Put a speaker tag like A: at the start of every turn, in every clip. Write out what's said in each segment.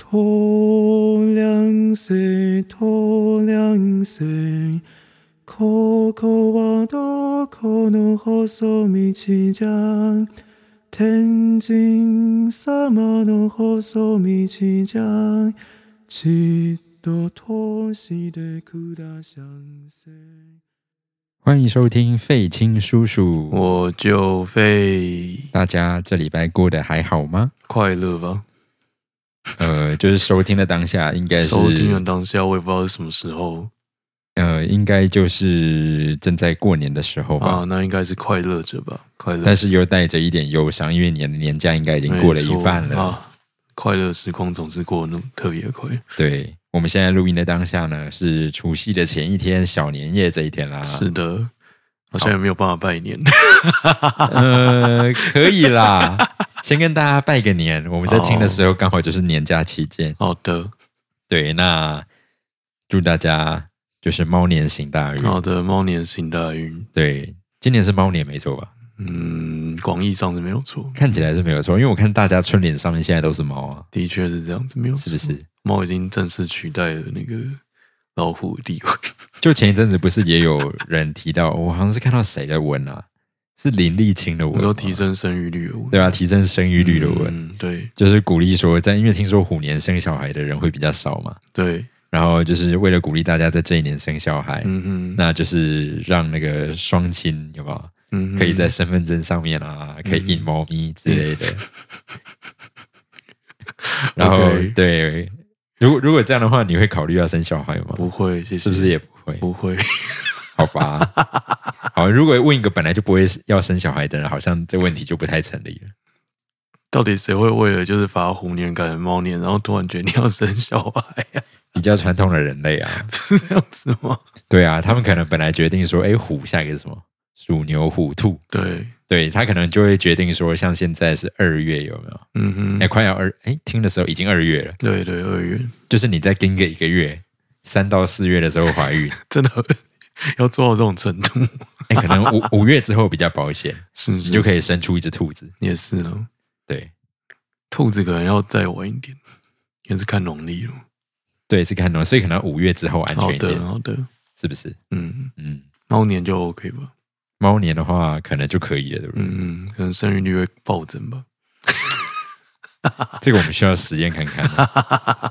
A: こりゃせとりゃせここはどこの細道じゃ天神様の細道じゃちっと通してくださんせ
B: 欢迎收听费青叔叔。
A: 我就飞，
B: 大家这礼拜过得还好吗？
A: 快乐吧。
B: 呃，就是收听的当下，应该
A: 收听的
B: 是
A: 当下，我也不知道是什么时候
B: 呃，应该就是正在过年的时候吧。
A: 啊，那应该是快乐着吧？快乐，
B: 但是又带着一点忧伤，因为你的年假应该已经
A: 没
B: 过了一
A: 错
B: 半了。
A: 啊。快乐时光总是过得那么特别快，
B: 对，我们现在录音的当下呢，是除夕的前一天，小年夜这一天啦。
A: 是的，好像也没有办法拜年。
B: 呃，可以啦。先跟大家拜个年，我们在听的
A: 哦
B: 时候刚好就是年假期间。
A: 好的，
B: 对，那祝大家就是猫年行大运。
A: 好的，猫年行大运，
B: 对，今年是猫年没错吧？
A: 嗯，广义上是没有错，
B: 看起来是没有错，因为我看大家春联上面现在都是猫啊，
A: 的确是这样子，没有错
B: 是不？是？
A: 猫已经正式取代了那个老虎的地 位，
B: 就前一阵子不是也有人提到，我好像是看到谁的文啊，是林立清的
A: 我
B: 文吗，
A: 都提升生育率了，我
B: 对吧、提升生育率的文，
A: 嗯，对
B: 就是鼓励说，在因为听说虎年生小孩的人会比较少嘛，
A: 对，
B: 然后就是为了鼓励大家在这一年生小孩，
A: 嗯哼，
B: 哎那就是让那个双亲有没有？
A: 嗯哼，
B: 可以在身份证上面啊，可以印猫咪之类 的。然后
A: OK
B: 对，如果如果这样的话，你会考虑要生小孩吗？
A: 不会，谢谢
B: 是不是也不会？
A: 不会？
B: 好吧， 好，如果问一个本来就不会要生小孩的人，好像这问题就不太成立了。
A: 到底谁会为了就是罚虎年改成猫年，然后突然决定要生小孩 呀、
B: 比较传统的人类啊，
A: 是这样子吗？
B: 对啊，他们可能本来决定说，哎，虎下一个是什么？鼠、牛、虎、兔，
A: 对，
B: 对他可能就会决定说，像现在是二月有没有？
A: 嗯哼，
B: 哎，快要二，哎，听的时候已经二月了，
A: 对对，二月
B: 就是你再跟个一个月，三到四月的时候怀孕，
A: 真的 要做到这种程度，
B: 哎、可能 五五月之后比较保险，
A: 是
B: 你
A: 是
B: 就可
A: 以
B: 以生出一只兔子。
A: 也是了。
B: 对，
A: 兔子可能要再晚一点，也是看农历了。
B: 对，是看懂，所以可能五月之后安
A: 好
B: 全一
A: 的
B: 点，
A: 好的，
B: 是不是？
A: 嗯，
B: 嗯，
A: 猫年就 OK 吧。
B: 猫年的话可能就可以了，对不对？
A: 嗯嗯，可能生育率会暴增吧。 啊
B: 这个我们需要实验看看 啊、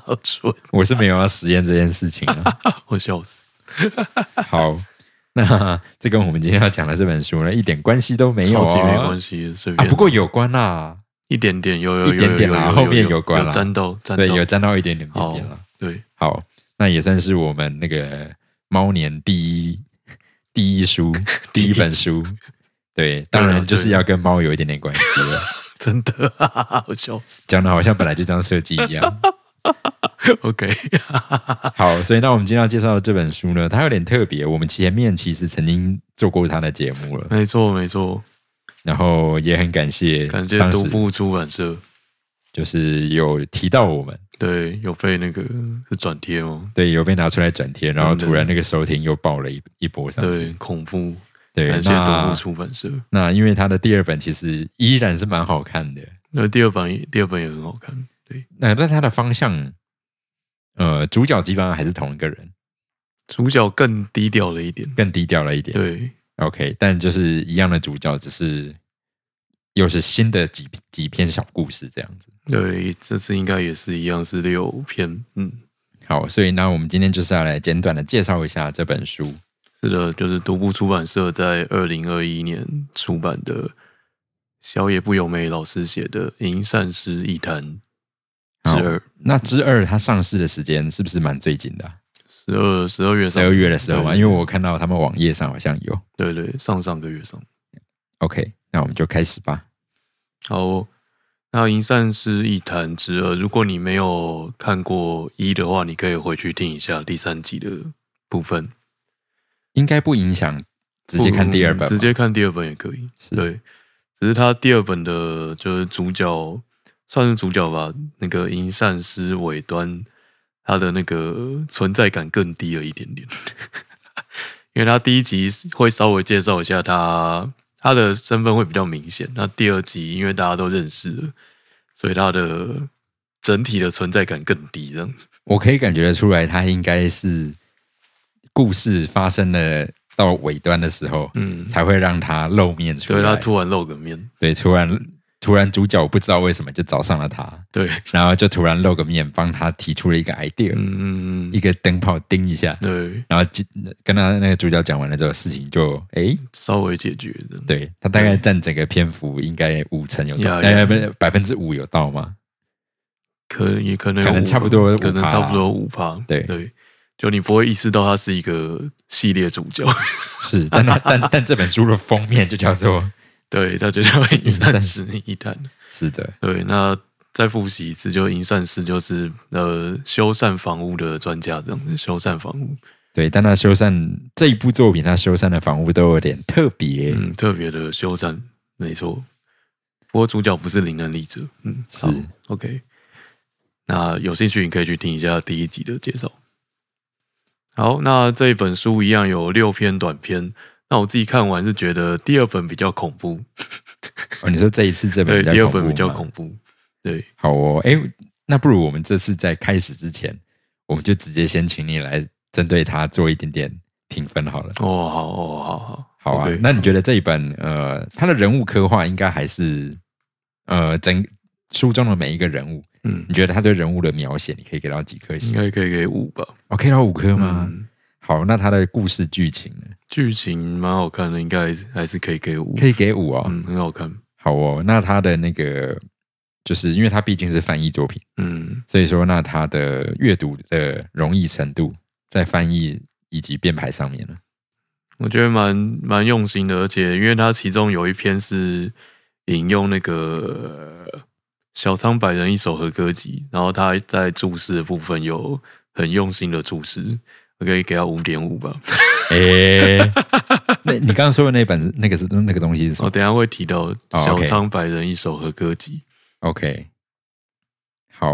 A: 好蠢，
B: 我是没有要实验这件事情啊。
A: 我笑死，
B: 好，那这跟我们今天要讲的这本书呢一点关系都没有
A: 超级没
B: 哦
A: 关。系，随
B: 啊，
A: 便。
B: 不过有关啦，
A: 一点点有有有
B: 一点点
A: 有
B: 啦
A: 有有有
B: 后面有关啦
A: 沾到沾
B: 对，有
A: 到，
B: 沾到一点点边
A: 好
B: 边啦。
A: 对，
B: 好，那也算是我们那个猫年第一第 一书第一本书。对，当然就是要跟猫有一点点关系 了，
A: 真的，哈哈哈我笑死。
B: 讲的好像本来就这样设计一样。
A: OK，
B: 好，所以那我们今天要介绍的这本书呢，它有点特别。我们前面其实曾经做过它的节目了，
A: 没错没错，
B: 然后也很感谢，
A: 感谢
B: 当
A: 独
B: 时
A: 步出版社，
B: 就是有提到我们，
A: 对，有被那个是转贴吗？
B: 对，有被拿出来转贴，然后
A: 真的
B: 突然那个收听又爆了一一波上去。
A: 对，恐怖，
B: 对，
A: 感谢独步
B: 那
A: 出版社。
B: 那因为它的第二本其实依然是蛮好看的，
A: 那第二版也第二本也很好看，对，
B: 那但它的方向，呃，主角基本上还是同一个人，
A: 主角更低调了一点，
B: 更低调了一点。
A: 对，
B: OK，但就是一样的主角，只是又是新的几几篇小故事这样子。
A: 对，这次应该也是一样是六篇，嗯，
B: 好，所以那我们今天就是要来简短的介绍一下这本书。
A: 是的，就是独步出版社在二零二一年出版的小野不由美老师写的《银善师一谈》之
B: 好
A: 二，
B: 那之二它上市的时间是不是蛮最近的啊、
A: 十二十二月
B: 十
A: 上
B: 二，月的时候啊，
A: 对
B: 因为我看到他们网页上好像有。
A: 对对，上上个月上。
B: OK，那我们就开始吧。
A: 好哦，那《银善师一谈之二》，如果你没有看过一的话，你可以回去听一下第三集的部分，
B: 应该不影响直接看第二本吧，
A: 嗯直接看第二本也可以。
B: 是
A: 对，只是他第二本的，就是主角算是主角吧，那个银善师尾端，他的那个存在感更低了一点 点。因为他第一集会稍微介绍一下他他的身份会比较明显，那第二集因为大家都认识了，所以他的整体的存在感更低，这样子。
B: 我可以感觉得出来，它应该是故事发生了到尾端的时候，
A: 嗯，
B: 才会让它露面出
A: 对
B: 来。
A: 他突然露个面，
B: 对，突然突然主角不知道为什么就找上了他，
A: 对，
B: 然后就突然露个面，帮他提出了一个 idea，、
A: 嗯嗯
B: 一
A: 嗯，
B: 个灯泡叮一下，
A: 对，
B: 然后就跟他那个主角讲完了之后，事情就诶，
A: 稍微解决的，
B: 对他大概占整个篇幅应该五成有到，
A: 呀呀
B: 呃，不是百分之五有到吗？
A: 可也可能有
B: 可能
A: 五
B: 差不多
A: 可能
B: 5%
A: 差不多五趴，
B: 对
A: 对，就你不会意识到他是一个系列主角，
B: 是，但他但但这本书的封面就叫做
A: 对，他就叫一
B: 善
A: 战
B: 事
A: 士一弹。
B: 是的，
A: 对，那再复习一次，就银善师就是呃修缮房屋的专家，这样子修缮房屋，
B: 对，但他修缮这一部作品，他修缮的房屋都有点特别，
A: 嗯，特别的修缮，没错。不过主角不是灵能力者，嗯，
B: 是
A: 好 OK。那有兴趣你可以去听一下第一集的介绍。好，那这一本书一样有六篇短篇。那我自己看完是觉得第二本比较恐怖，
B: 哦，你说这一次这本
A: 对，
B: 比较
A: 第二
B: 恐怖
A: 本比较
B: 吗
A: 恐怖，对，
B: 好哦，哎，那不如我们这次在开始之前，我们就直接先请你来针对它做一点点评分好了。
A: 哦，好，哦，好好，
B: 好啊
A: OK
B: 那你觉得这一本呃，它的人物刻画应该还是呃整书中的每一个人物，
A: 嗯，
B: 你觉得他对人物的描写，你可以给到几颗
A: 应
B: 星？
A: 该可以给五吧，
B: 哦，可以到五颗吗？
A: 嗯
B: 好，那他的故事剧情呢？
A: 剧情蛮好看的，应该还是还是可以给五，
B: 可以给五哦。
A: 嗯，很好看，
B: 好哦，那他的那个，就是因为他毕竟是翻译作品，
A: 嗯
B: 所以说那他的阅读的容易程度在翻译以及编排上面呢？
A: 我觉得蛮蛮用心的，而且因为它其中有一篇是引用那个呃小仓百人一首和歌集，然后他在注释的部分有很用心的注释，我可以给他五点五 吧。
B: 诶，那你刚刚说的那本是那个是那个东西是什
A: 我
B: 么、
A: 等一下会提到
B: 哦
A: 小
B: ，OK
A: 仓百人一首和歌集，
B: o k 哦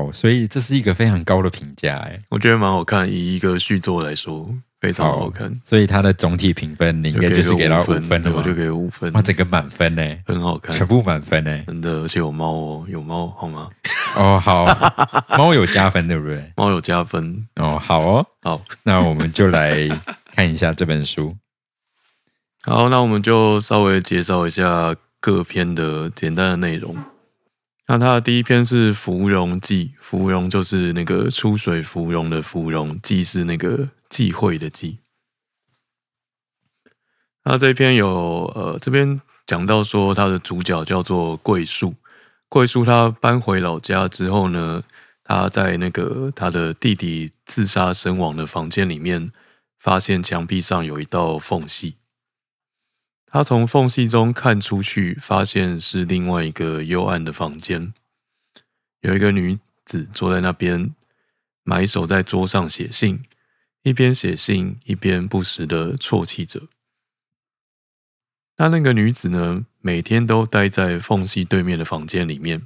B: 好，所以这是一个非常高的评价哎。
A: 我觉得蛮好看，以一个续作来说非常好看，
B: 所以它的总体评分你哦应该就是给嗯到
A: 到
B: 五分了
A: 我
B: 嘛？
A: 就给五分，
B: 哇，整个满分呢，
A: 很好看，
B: 全部满分呢。
A: 真的，而且有猫哦，有猫好吗？
B: 哦，好，猫有加分对不对？
A: 猫有加分，
B: 哦，好哦，
A: 好，
B: 那我们就来看一下这本书。
A: 好，那我们就稍微介绍一下各篇的简单的内容。那它的第一篇是《芙蓉记》，芙蓉就是那个出水芙蓉的芙蓉，记是那个忌讳的忌。那这篇有呃，这边讲到说他的主角叫做桂树，桂树他搬回老家之后呢，他在那个他的弟弟自杀身亡的房间里面，发现墙壁上有一道缝隙。他从缝隙中看出去，发现是另外一个幽暗的房间，有一个女子坐在那边，埋手在桌上写信，一边写信一边不时的啜泣着。那那个女子呢，每天都待在缝隙对面的房间里面。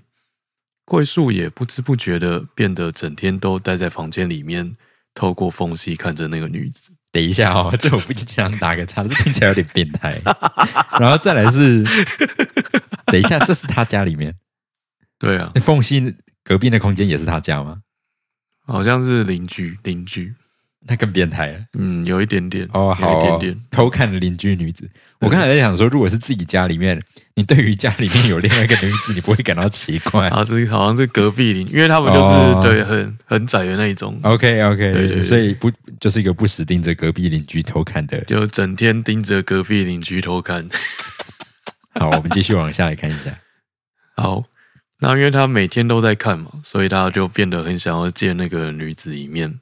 A: 桂树也不知不觉的变得整天都待在房间里面，透过缝隙看着那个女子。
B: 等一下哦，这我不经常打个岔，这听起来有点变态。 然后再来是，等一下，这是他家里面，
A: 对啊，
B: 那缝隙隔壁那空间也是他家吗？
A: 好像是邻居，邻居。
B: 那更变态了。
A: 嗯，有一点点
B: 哦，好
A: 有一
B: 哦
A: 点点，
B: 偷看邻居女子。我刚才在想说，如果是自己家里面，你对于家里面有另外一个女子，你不会感到奇 怪。
A: 啊，是好像是隔壁邻，因为他们就是、
B: 哦
A: 对很很窄的那一种，
B: OK
A: 对
B: OK，
A: 对
B: 所以不就是一个不时盯着隔壁邻居偷看的。
A: 就整天盯着隔壁邻居偷看。
B: 好，我们继续往下来看一下。
A: 好，那因为他每天都在看嘛，所以他就变得很想要见那个女子一面。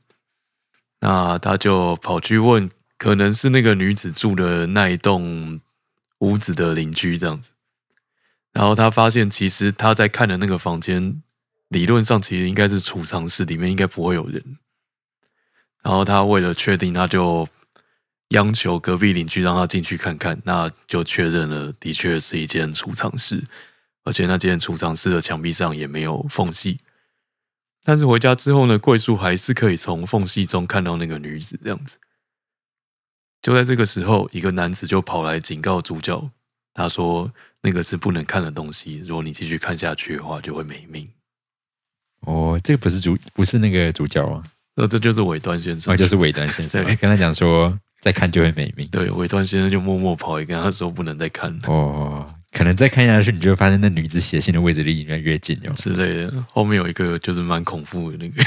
A: 那他就跑去问，可能是那个女子住的那一栋屋子的邻居这样子。然后他发现，其实他在看的那个房间，理论上其实应该是储藏室，里面应该不会有人。然后他为了确定，他就央求隔壁邻居让他进去看看，那就确认了，的确是一间储藏室。而且那间储藏室的墙壁上也没有缝隙。但是回家之后呢，桂树还是可以从缝隙中看到那个女子这样子。就在这个时候，一个男子就跑来警告主角，他说：“那个是不能看的东西，如果你继续看下去的话，就会没命。
B: 哦，这个不是主，不是那个主角啊，
A: 那这就是尾端先
B: 哦，
A: 生，
B: 就是尾端先生啊
A: 对，
B: 跟他讲说再看就会美名。
A: 对尾端先生就默默跑，也跟他说不能再看了、
B: 哦，可能再看下去，你就会发现那女子写信的位置离你越来越近哦。
A: 之类的。后面有一个就是蛮恐怖的那个。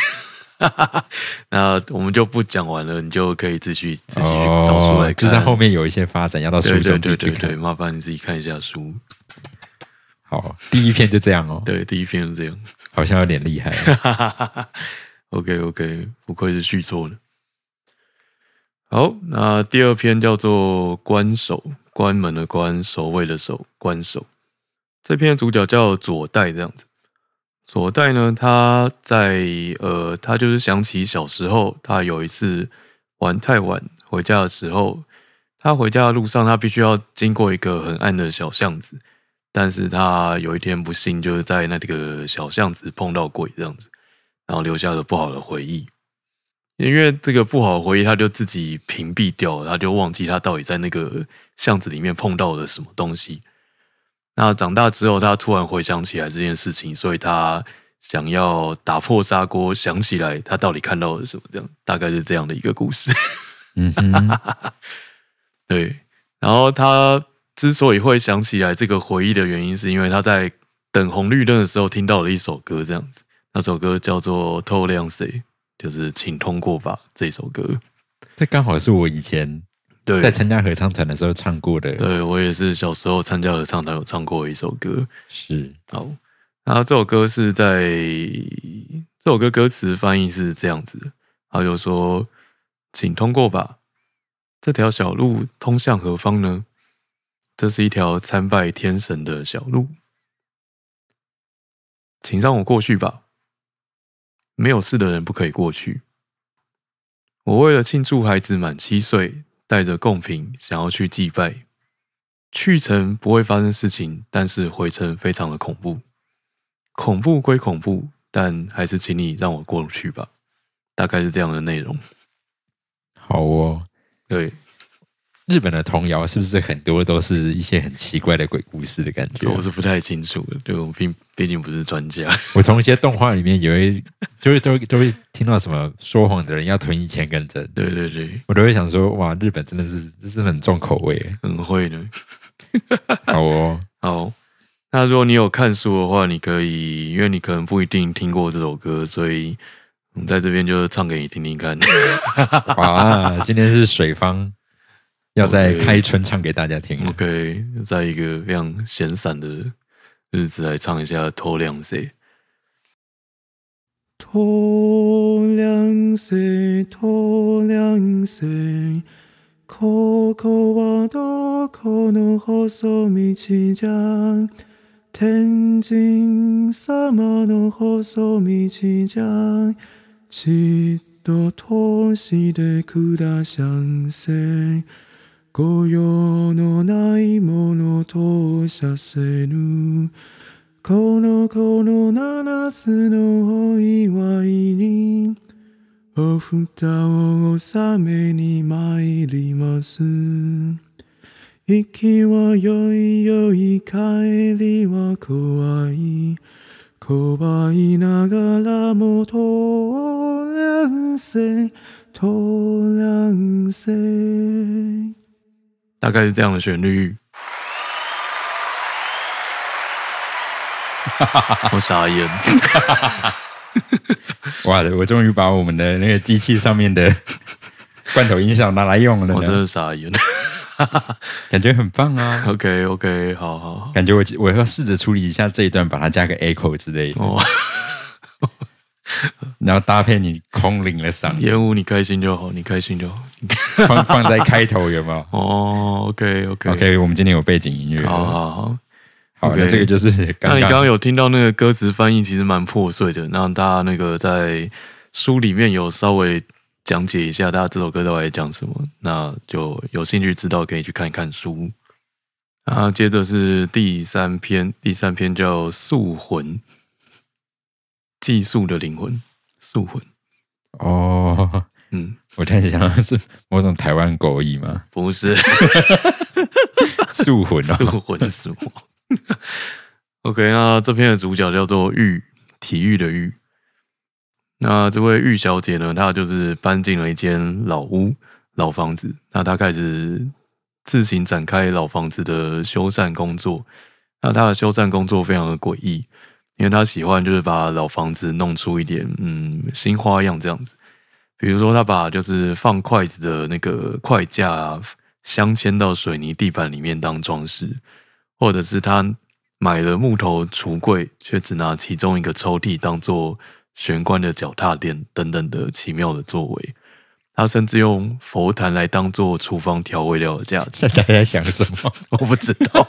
A: 那我们就不讲完了，你就可以自己自己去找出来看。
B: 哦就是它后面有一些发展，要到书
A: 对对
B: 中
A: 对
B: 自己去
A: 对
B: 看
A: 对，。麻烦你自己看一下书。
B: 好，第一篇就这样哦，
A: 对，第一篇是这样。
B: 好像有点厉害。
A: 哈哈哈哈 OK OK，不愧是续作的。好，那第二篇叫做《关守》，关门的关，守卫的守，关守。这篇的主角叫左代，这样子。左代呢，他在呃，他就是想起小时候，他有一次玩太晚回家的时候，他回家的路上，他必须要经过一个很暗的小巷子，但是他有一天不幸就是在那个小巷子碰到鬼这样子，然后留下了不好的回忆。因为这个不好的回忆，他就自己屏蔽掉了，他就忘记他到底在那个巷子里面碰到了什么东西。那长大之后，他突然回想起来这件事情，所以他想要打破砂锅，想起来他到底看到了什么，这样大概是这样的一个故事。
B: 嗯哼，
A: 对，然后他之所以会想起来这个回忆的原因，是因为他在等红绿灯的时候听到了一首歌，这样子，那首歌叫做《透亮谁》，就是请通过吧这首歌。
B: 这刚好是我以前
A: 对，
B: 在参加合唱团的时候唱过的，
A: 对我也是小时候参加合唱团有唱过一首歌。
B: 是
A: 好，那这首歌是在这首歌歌词翻译是这样子的，他就说：“请通过吧，这条小路通向何方呢？这是一条参拜天神的小路，请让我过去吧。没有事的人不可以过去。我为了庆祝孩子满七岁，带着贡品想要去祭拜。”去程不会发生事情，但是回程非常的恐怖。恐怖归恐怖，但还是请你让我过去吧。大概是这样的内容。
B: 好哦。
A: 对，
B: 日本的童谣是不是很多都是一些很奇怪的鬼故事的感觉
A: 这？我是不太清楚的，对我毕毕竟不是专家。
B: 我从一些动画里面有一，就是都都会听到什么说谎的人要吞一千根针，
A: 对对对，
B: 我都会想说，哇，日本真的是真的很重口味。
A: 很会呢。
B: 好哦，
A: 好，那如果你有看书的话，你可以，因为你可能不一定听过这首歌，所以我们在这边就唱给你听听看。
B: 哇，今天是水方要在开春唱给大家听
A: 嗯
B: 了。
A: OK，在一个非常闲散的日子来唱一下《偷亮谁》。
C: 透亮星、透亮星、ここはどこの細道じゃ天神様の細道じゃちっと通してくだしゃんせ御用のないものとしゃせぬこのこの七つのお祝いにお蓋を納めに参ります行きはよいよい帰りは怖い怖いながらも通らんせ通らんせ
A: 大概是这样的旋律。 我傻眼，
B: 哇，我终于把我们的那个机器上面的 罐头音效拿来用了
A: 我真
B: 呢，
A: 的傻眼。
B: 感觉很棒啊！
A: OK OK，好好好。
B: 感觉我我要试着处理一下这一段，把它加个 echo 之类的，
A: 哦，
B: 然后搭配你空灵的嗓音，
A: 烟雾，你开心就好，你开心就好。嗯
B: 放放在开头有没 有
A: 哦，OK OK，,
B: ？OK，我们今天有背景音乐了，
A: 好好好。
B: 好，那
A: OK
B: 这个就是
A: 那
B: 刚
A: 你刚刚
B: 刚
A: 有听到那个歌词翻译，其实蛮破碎的。那大家那个在书里面有稍微讲解一下，大家这首歌到底在讲什么。那就有兴趣知道可以去看一看书。啊，接着是第三篇，第三篇叫《宿魂》，寄宿的灵魂，宿魂。
B: 哦，
A: 嗯，
B: 我在想是某种台湾狗语吗？
A: 不是
B: 素魂
A: 宿
B: 哦，
A: 魂是 什么？OK，那这篇的主角叫做玉，体育的玉。那这位玉小姐呢，她就是搬进了一间老屋、老房子，那她开始自行展开老房子的修缮工作。那她的修缮工作非常的诡异，因为她喜欢就是把老房子弄出一点嗯新花样这样子。比如说，她把就是放筷子的那个筷架、啊、镶嵌到水泥地板里面当装饰，或者是她买了木头橱柜，却只拿其中一个抽屉当做玄关的脚踏垫等等的奇妙的作为。他甚至用佛坛来当做厨房调味料的价值，
B: 大家在想什 么？
A: 我不知道。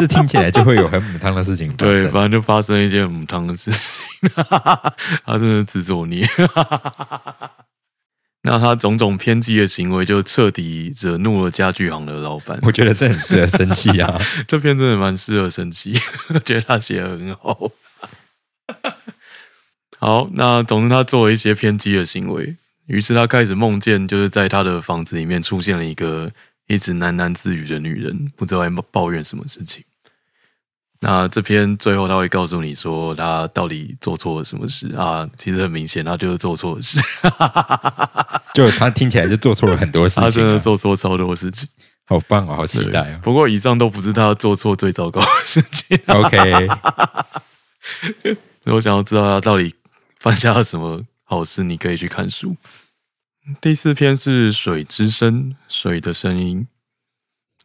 B: 这听起来就会有很母汤的事情发
A: 对，
B: 生。
A: 反正就发生一件母汤的事情， 他真的自作孽。 那他种种偏激的行为，就彻底惹怒了家具行的老板。
B: 我觉得这很适合生气啊！
A: 这篇真的蛮适合生气，觉得他写的很好。好，那总之他做了一些偏激的行为，于是他开始梦见，就是在他的房子里面出现了一个一直喃喃自语的女人，不知道在抱怨什么事情。那这篇最后他会告诉你说，他到底做错了什么事啊？其实很明显，他就是做错了事，
B: 啊就他听起来就做错了很多事
A: 他真
B: 情、
A: 的
B: 啊，
A: 做错超多事情。
B: 好棒哦，好期
A: 对
B: 待哦。
A: 不过以上都不是他做错最糟糕的事情。
B: OK，
A: 如果想要知道他到底犯下了什么好事，你可以去看书。第四篇是《水之声》，水的声音。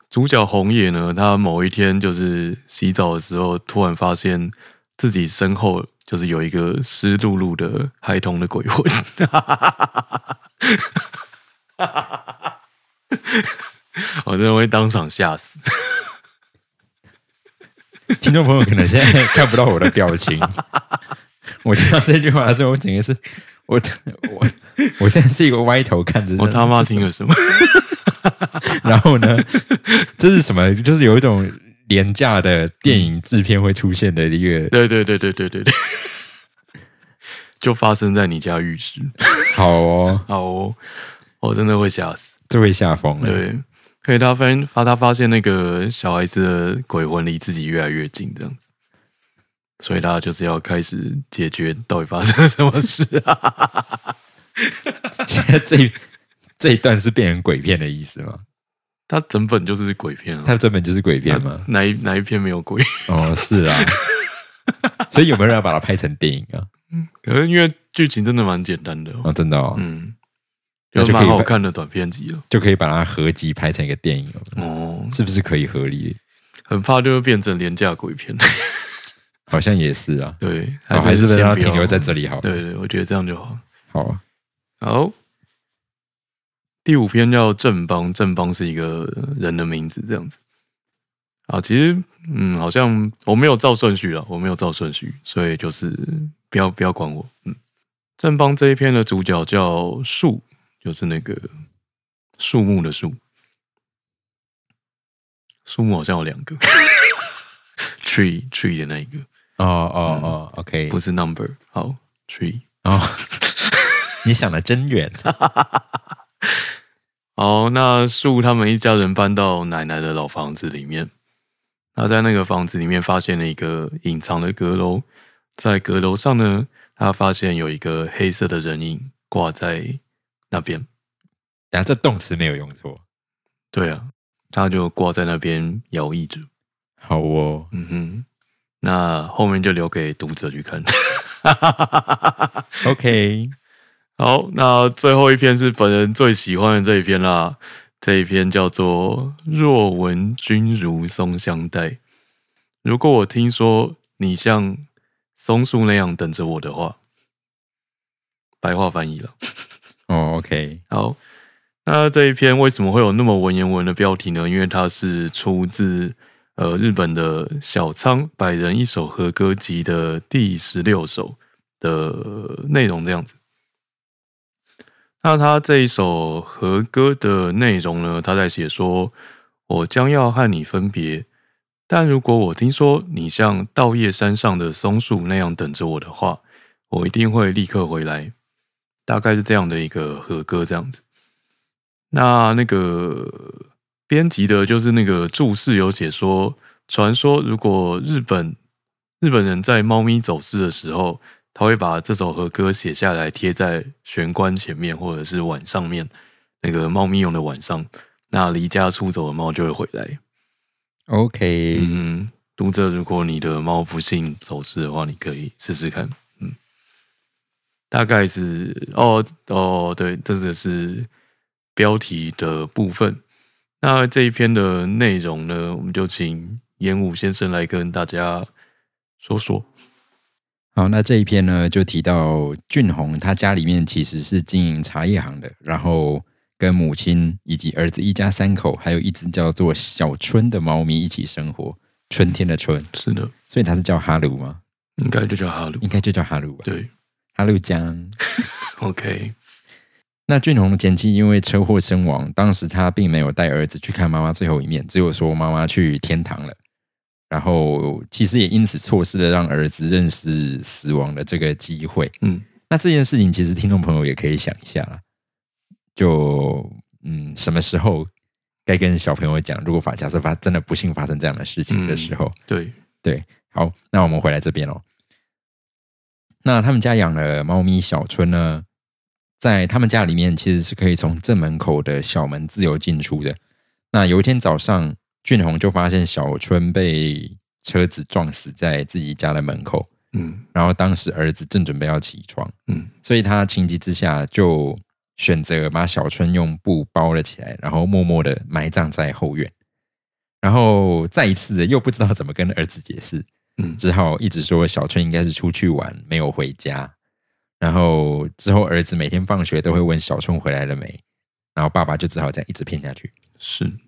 A: 主角红野呢，他某一天就是洗澡的时候，突然发现自己身后就是有一个湿漉漉的孩童的鬼魂。 我真的会当场吓死。
B: 听众朋友可能现在看不到我的 表情。我听到这句话的时候，我整个是，我我我现在是一个歪头看着，
A: 我他妈
B: 这是
A: 听了什么？
B: 然后呢，这是什么？就是有一种廉价的电影制片会出现的一个，
A: 对对对对对对对， 就发生在你家浴室。
B: 好哦，
A: 好哦，我真的会吓死。
B: 这会吓疯了。
A: 对，所以他发现发他发现那个小孩子的鬼魂离自己越来越近，这样子，所以他就是要开始解决到底发生了什么事啊？
B: 现在这一这一段是变成鬼片的意思吗？
A: 他整本就是鬼片啊，
B: 它根本就是鬼片吗？
A: 哪一哪一篇没有鬼？
B: 哦，是啊。所以有没有人要把它拍成电影啊？
A: 可是因为剧情真的蛮简单的哦、
B: 哦，真的哦，
A: 嗯，
B: 那
A: 就
B: 就可以
A: 蛮好看的短片集了。
B: 就可以把它合集拍成一个电影哦，
A: 哦，
B: 是不是可以合理？
A: 很怕就会变成廉价鬼片。
B: 好像也是啊，
A: 对，
B: 哦、还是
A: 先
B: 让它
A: 不要
B: 停留在这里好了。
A: 对对，我觉得这样就好。
B: 好，
A: 好，第五篇叫正邦，正邦是一个人的名字，这样子。啊，其实嗯，好像我没有照顺序了，我没有照顺序，所以就是不要不要管我。嗯，正邦这一篇的主角叫树，就是那个树木的树。树木好像有两个 ，tree tree 的那一个
B: 哦哦哦，OK，
A: 嗯不是 number，好 tree。
B: 哦，你想的 真远。
A: 好，那树他们一家人搬到奶奶的老房子里面。他在那个房子里面发现了一个隐藏的阁楼，在阁楼上呢，他发现有一个黑色的人影挂在那边。
B: 等下这动词没有用错。
A: 对啊，他就挂在那边摇曳着。
B: 好哦，
A: 嗯哼，那后面就留给读者去看。
B: OK，
A: 好，那最后一篇是本人最喜欢的这一篇啦。这一篇叫做《若闻君如松香待》。如果我听说你像松树那样等着我的话，白话翻译了。
B: 哦，OK，
A: 好，那这一篇为什么会有那么文言文的标题呢？因为它是出自呃日本的小仓百人一首和歌集的第十六首的内容这样子。那他这一首和歌的内容呢，他在写说：“我将要和你分别，但如果我听说你像稻叶山上的松树那样等着我的话，我一定会立刻回来。”大概是这样的一个和歌这样子。那那个编辑的就是那个注释有写说，传说如果日本日本人在猫咪走失的时候，他会把这首和歌写下来，贴在玄关前面或者是碗上面，那个猫咪用的碗上。那离家出走的猫就会回来。
B: OK，、
A: 嗯，读者，如果你的猫不幸走失的话，你可以试试看。嗯，大概是哦哦，对，这个是标题的部分。那这一篇的内容呢，我们就请烟雾先生来跟大家说说。
B: 好，那这一篇呢，就提到俊宏他家里面其实是经营茶叶行的，然后跟母亲以及儿子一家三口，还有一只叫做小春的猫咪一起生活。春天的春，
A: 是的，
B: 所以它是叫哈鲁吗？
A: 应该就叫哈鲁
B: 应。该就叫哈鲁吧。
A: 对
B: 哈鲁江。
A: ，OK，
B: 那俊宏的前妻因为车祸身亡，当时他并没有带儿子去看妈妈最后一面，只有说妈妈去天堂了。然后其实也因此错失了让儿子认识死亡的这个机会。
A: 嗯，
B: 那这件事情其实听众朋友也可以想一下啦，就嗯，什么时候该跟小朋友讲？如果发假设发真的不幸发生这样的事情的时候，
A: 对，
B: 好，那我们回来这边哦。那他们家养的猫咪小春呢，在他们家里面其实是可以从正门口的小门自由进出的。那有一天早上，俊宏就发现小春被车子撞死在自己家的门口，
A: 嗯
B: 然后当时儿子正准备要起床，
A: 嗯
B: 所以他情急之下就选择把小春用布包了起来，然后默默的埋葬在后院。然后再一次的又不知道怎么跟儿子解释，
A: 嗯，
B: 只好一直说小春应该是出去玩，没有回家。然后之后儿子每天放学都会问小春回来了没，然后爸爸就只好这样一直骗下去。
A: 是，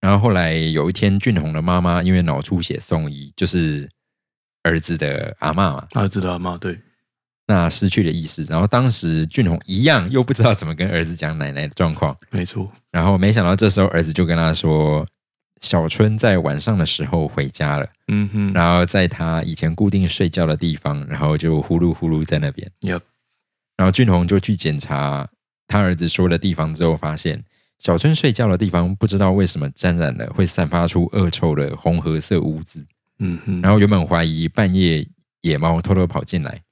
B: 然后后来有一天，俊宏的妈妈因为脑出血送医，就是儿子的阿嬷嘛，
A: 儿子的阿妈，对，
B: 那失去了意识。然后当时俊宏一样又不知道怎么跟儿子讲奶奶的状况，
A: 没错，
B: 然后没想到这时候儿子就跟他说，小春在晚上的时候回家了。
A: 嗯哼，
B: 然后在他以前固定睡觉的地方，然后就呼噜呼噜在那边。
A: Yep
B: 然后俊宏就去检查他儿子说的地方之后，发现小春睡觉的地方不知道为什么沾染了会散发出恶臭的红褐色污渍。
A: 嗯哼，
B: 然后原本怀疑半夜野猫偷偷跑进来，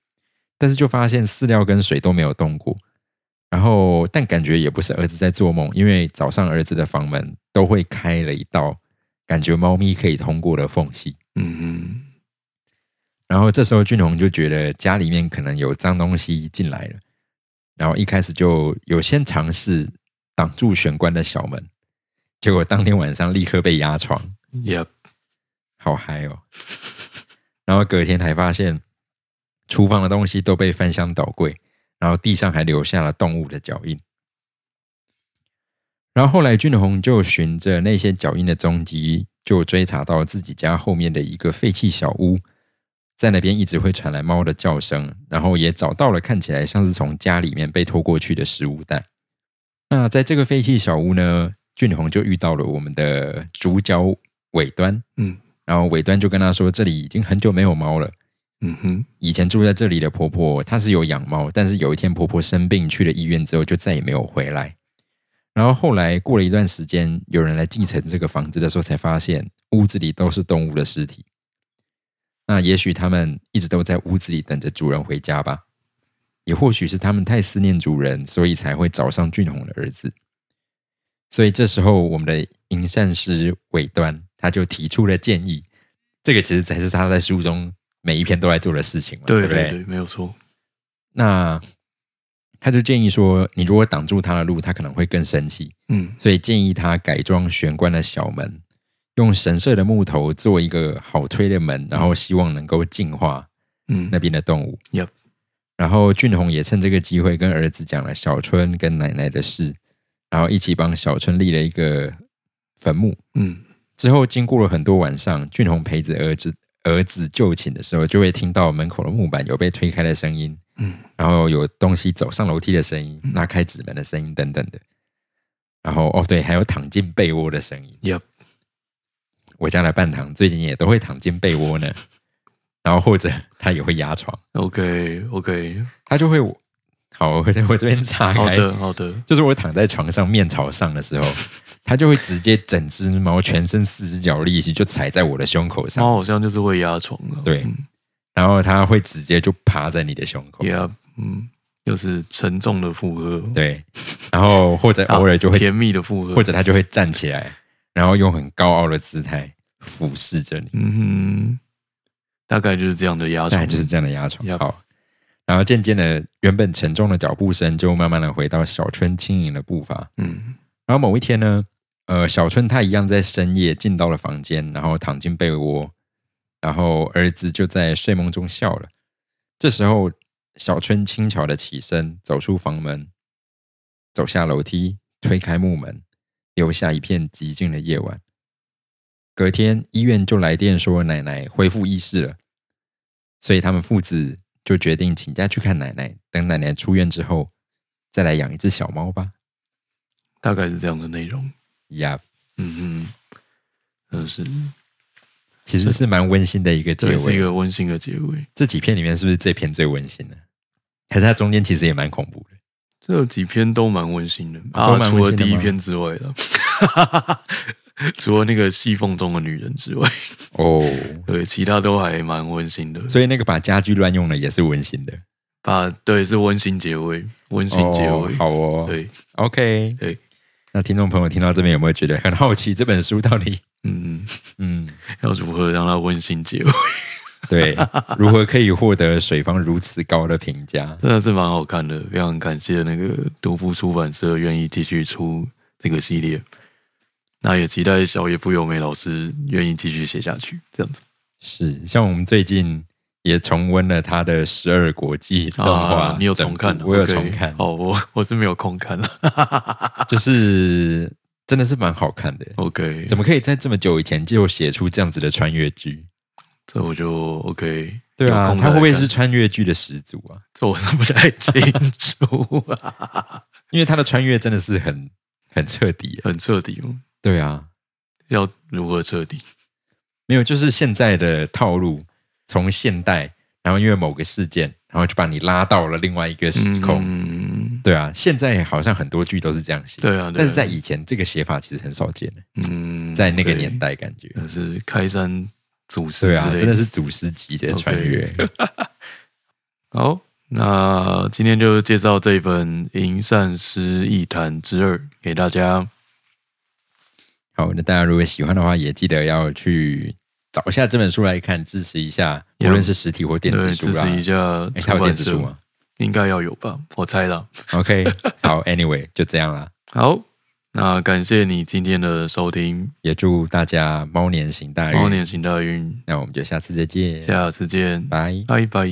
B: 但是就发现饲料跟水都没有动过。然后，但感觉也不是儿子在做梦，因为早上儿子的房门都会开了一道感觉猫咪可以通过的缝隙。
A: 嗯
B: 然后这时候俊宏就觉得家里面可能有脏东西进来了，然后一开始就有先尝试挡住玄关的小门，结果当天晚上立刻被压床，
A: 哼，Yep，
B: 好嗨哦！ 然后隔天还发现厨房的东西都被翻箱倒柜，然后地上还留下了动物的脚印。然后后来俊宏就循着那些脚印的踪迹，就追查到自己家后面的一个废弃小屋，在那边一直会传来猫的叫声，然后也找到了看起来像是从家里面被拖过去的食物袋。那在这个废弃小屋呢，俊宏就遇到了我们的主角尾端，
A: 嗯，
B: 然后尾端就跟他说，这里已经很久没有猫了。
A: 嗯哼，
B: 以前住在这里的婆婆，她是有养猫，但是有一天婆婆生病去了医院之后，就再也没有回来。然后后来过了一段时间，有人来继承这个房子的时候，才发现屋子里都是动物的尸体。那也许他们一直都在屋子里等着主人回家吧，也或许是他们太思念主人，所以才会找上俊宏的儿子。所以这时候，我们的银善师尾端他就提出了建议，这个其实才是他在书中每一篇都在做的事情嘛，
A: 对
B: 不
A: 对对，没有错，
B: 那他就建议说，你如果挡住他的路，他可能会更生气，
A: 嗯
B: 所以建议他改装玄关的小门，用神社的木头做一个好推的门，然后希望能够净化
A: 嗯，
B: 那边的动物。
A: Yep
B: 然后俊宏也趁这个机会跟儿子讲了小春跟奶奶的事，然后一起帮小春立了一个坟墓。
A: 嗯
B: 之后经过了很多晚上，俊宏陪着儿子儿子就寝的时候，就会听到门口的木板有被推开的声音，
A: 嗯
B: 然后有东西走上楼梯的声音、拉开纸门的声音等等的。然后哦，对，还有躺进被窝的声音。
A: ，Yep，
B: 我家的半糖最近也都会躺进被窝呢， 然后或者他也会压床，
A: OK OK，
B: 他就会好， 我在我这边岔
A: 好
B: 开，
A: 的好的，
B: 就是我躺在床上面朝上的时候，他就会直接整只猫全身四只脚力气就踩在我的胸口上，
A: 猫好像就是会压床的，
B: 对
A: 嗯
B: 然后它会直接就趴在你的胸口，
A: 也嗯，就是沉重的负荷，
B: 对，然后或者
A: 啊，
B: 偶尔就会，
A: 甜蜜的负荷，
B: 或者它就会站起来，然后用很高傲的姿态俯视着你，
A: 嗯哼，大概就是这样的压
B: 大
A: 床，
B: 概就是这样的压床。
A: Yep
B: 好，然后渐渐的，原本沉重的脚步声就慢慢的回到小春轻盈的步伐，
A: 嗯
B: 然后某一天呢，呃，小春他一样在深夜进到了房间，然后躺进被窝，然后儿子就在睡梦中笑了。这时候，小春轻巧的起身，走出房门，走下楼梯，推开木门，留下一片寂静的夜晚。隔天，医院就来电说奶奶恢复意识了，所以他们父子就决定请假去看奶奶，等奶奶出院之后，再来养一只小猫吧。
A: 大概是这样的内容，
B: 呀、
A: 嗯哼，真的是
B: 其实是蛮温馨的一个
A: 这
B: 结
A: 也是一
B: 尾。
A: 个温馨的结尾。
B: 这几篇里面是不是这篇最温馨的？还是它中间其实也蛮恐怖的？
A: 这几篇都蛮温馨的
B: 啊都蛮
A: 除
B: 温
A: 了
B: 馨的
A: 第一
B: 吗
A: 篇之外了， 除了那个细缝中的女人之外，
B: 哦，
A: 对，其他都还蛮温馨的。
B: 所以那个把家具乱用了也是温馨的。
A: 啊，对，是温馨结尾，温馨结
B: 哦
A: 尾，
B: 好哦。
A: 对，
B: o k
A: 对。
B: 那听众朋友听到这边有没有觉得很好奇这本书到底？
A: 嗯，
B: 嗯，
A: 要如何让它温馨结尾，
B: 对，如何可以获得水方如此高的评价？
A: 真的是蛮好看的。非常感谢那个独步出版社愿意继续出这个系列，那也期待小野不由美老师愿意继续写下去，这样子
B: 是，像我们最近也重温了他的十二国际动画、
A: 啊，你有重看
B: 整
A: 啊？
B: 部我有
A: OK
B: 重看，
A: 哦，我 我是没有空看了。啊
B: 就是真的是蛮好看的。
A: OK，
B: 怎么可以在这么久以前就写出这样子的穿越剧？
A: 这我就 OK。
B: 对
A: 有
B: 啊，
A: 空再
B: 他会不会
A: 看
B: 是穿越剧的始祖啊？
A: 这我是不太清楚啊，
B: 因为他的穿越真的是很很彻底啊。
A: 很彻底哦吗？
B: 对啊，
A: 要如何彻底？
B: 没有，就是现在的套路，从现代，然后因为某个事件，然后就把你拉到了另外一个时空。
A: 嗯，
B: 对啊，现在好像很多剧都是这样写，
A: 对啊，对啊
B: 但是在以前这个写法其实很少见的，
A: 嗯，
B: 在那个
A: OK
B: 年，代感觉。
A: 那是开山祖师
B: 对啊，
A: 之类
B: 真的是祖师级的穿越。
A: 好。那今天就介绍这一本《银善师一谈之二》给大家。
B: 好，那大家如果喜欢的话，也记得要去找一下这本书来看，支持一下，无
A: Yeah
B: 论是实体或电子
A: 对，
B: 书
A: 支
B: 啦。
A: 持一下
B: 哎，
A: 出
B: 它有电
A: 版
B: 子
A: 社
B: 书，吗
A: 应该要有吧？我猜了。
B: ？OK，好，Anyway，就这样啦。
A: 好，那感谢你今天的收听，
B: 也祝大家猫年行大运。
A: 猫年行大运，
B: 那我们就下次再见，
A: 下次见，
B: 拜。
A: 拜拜。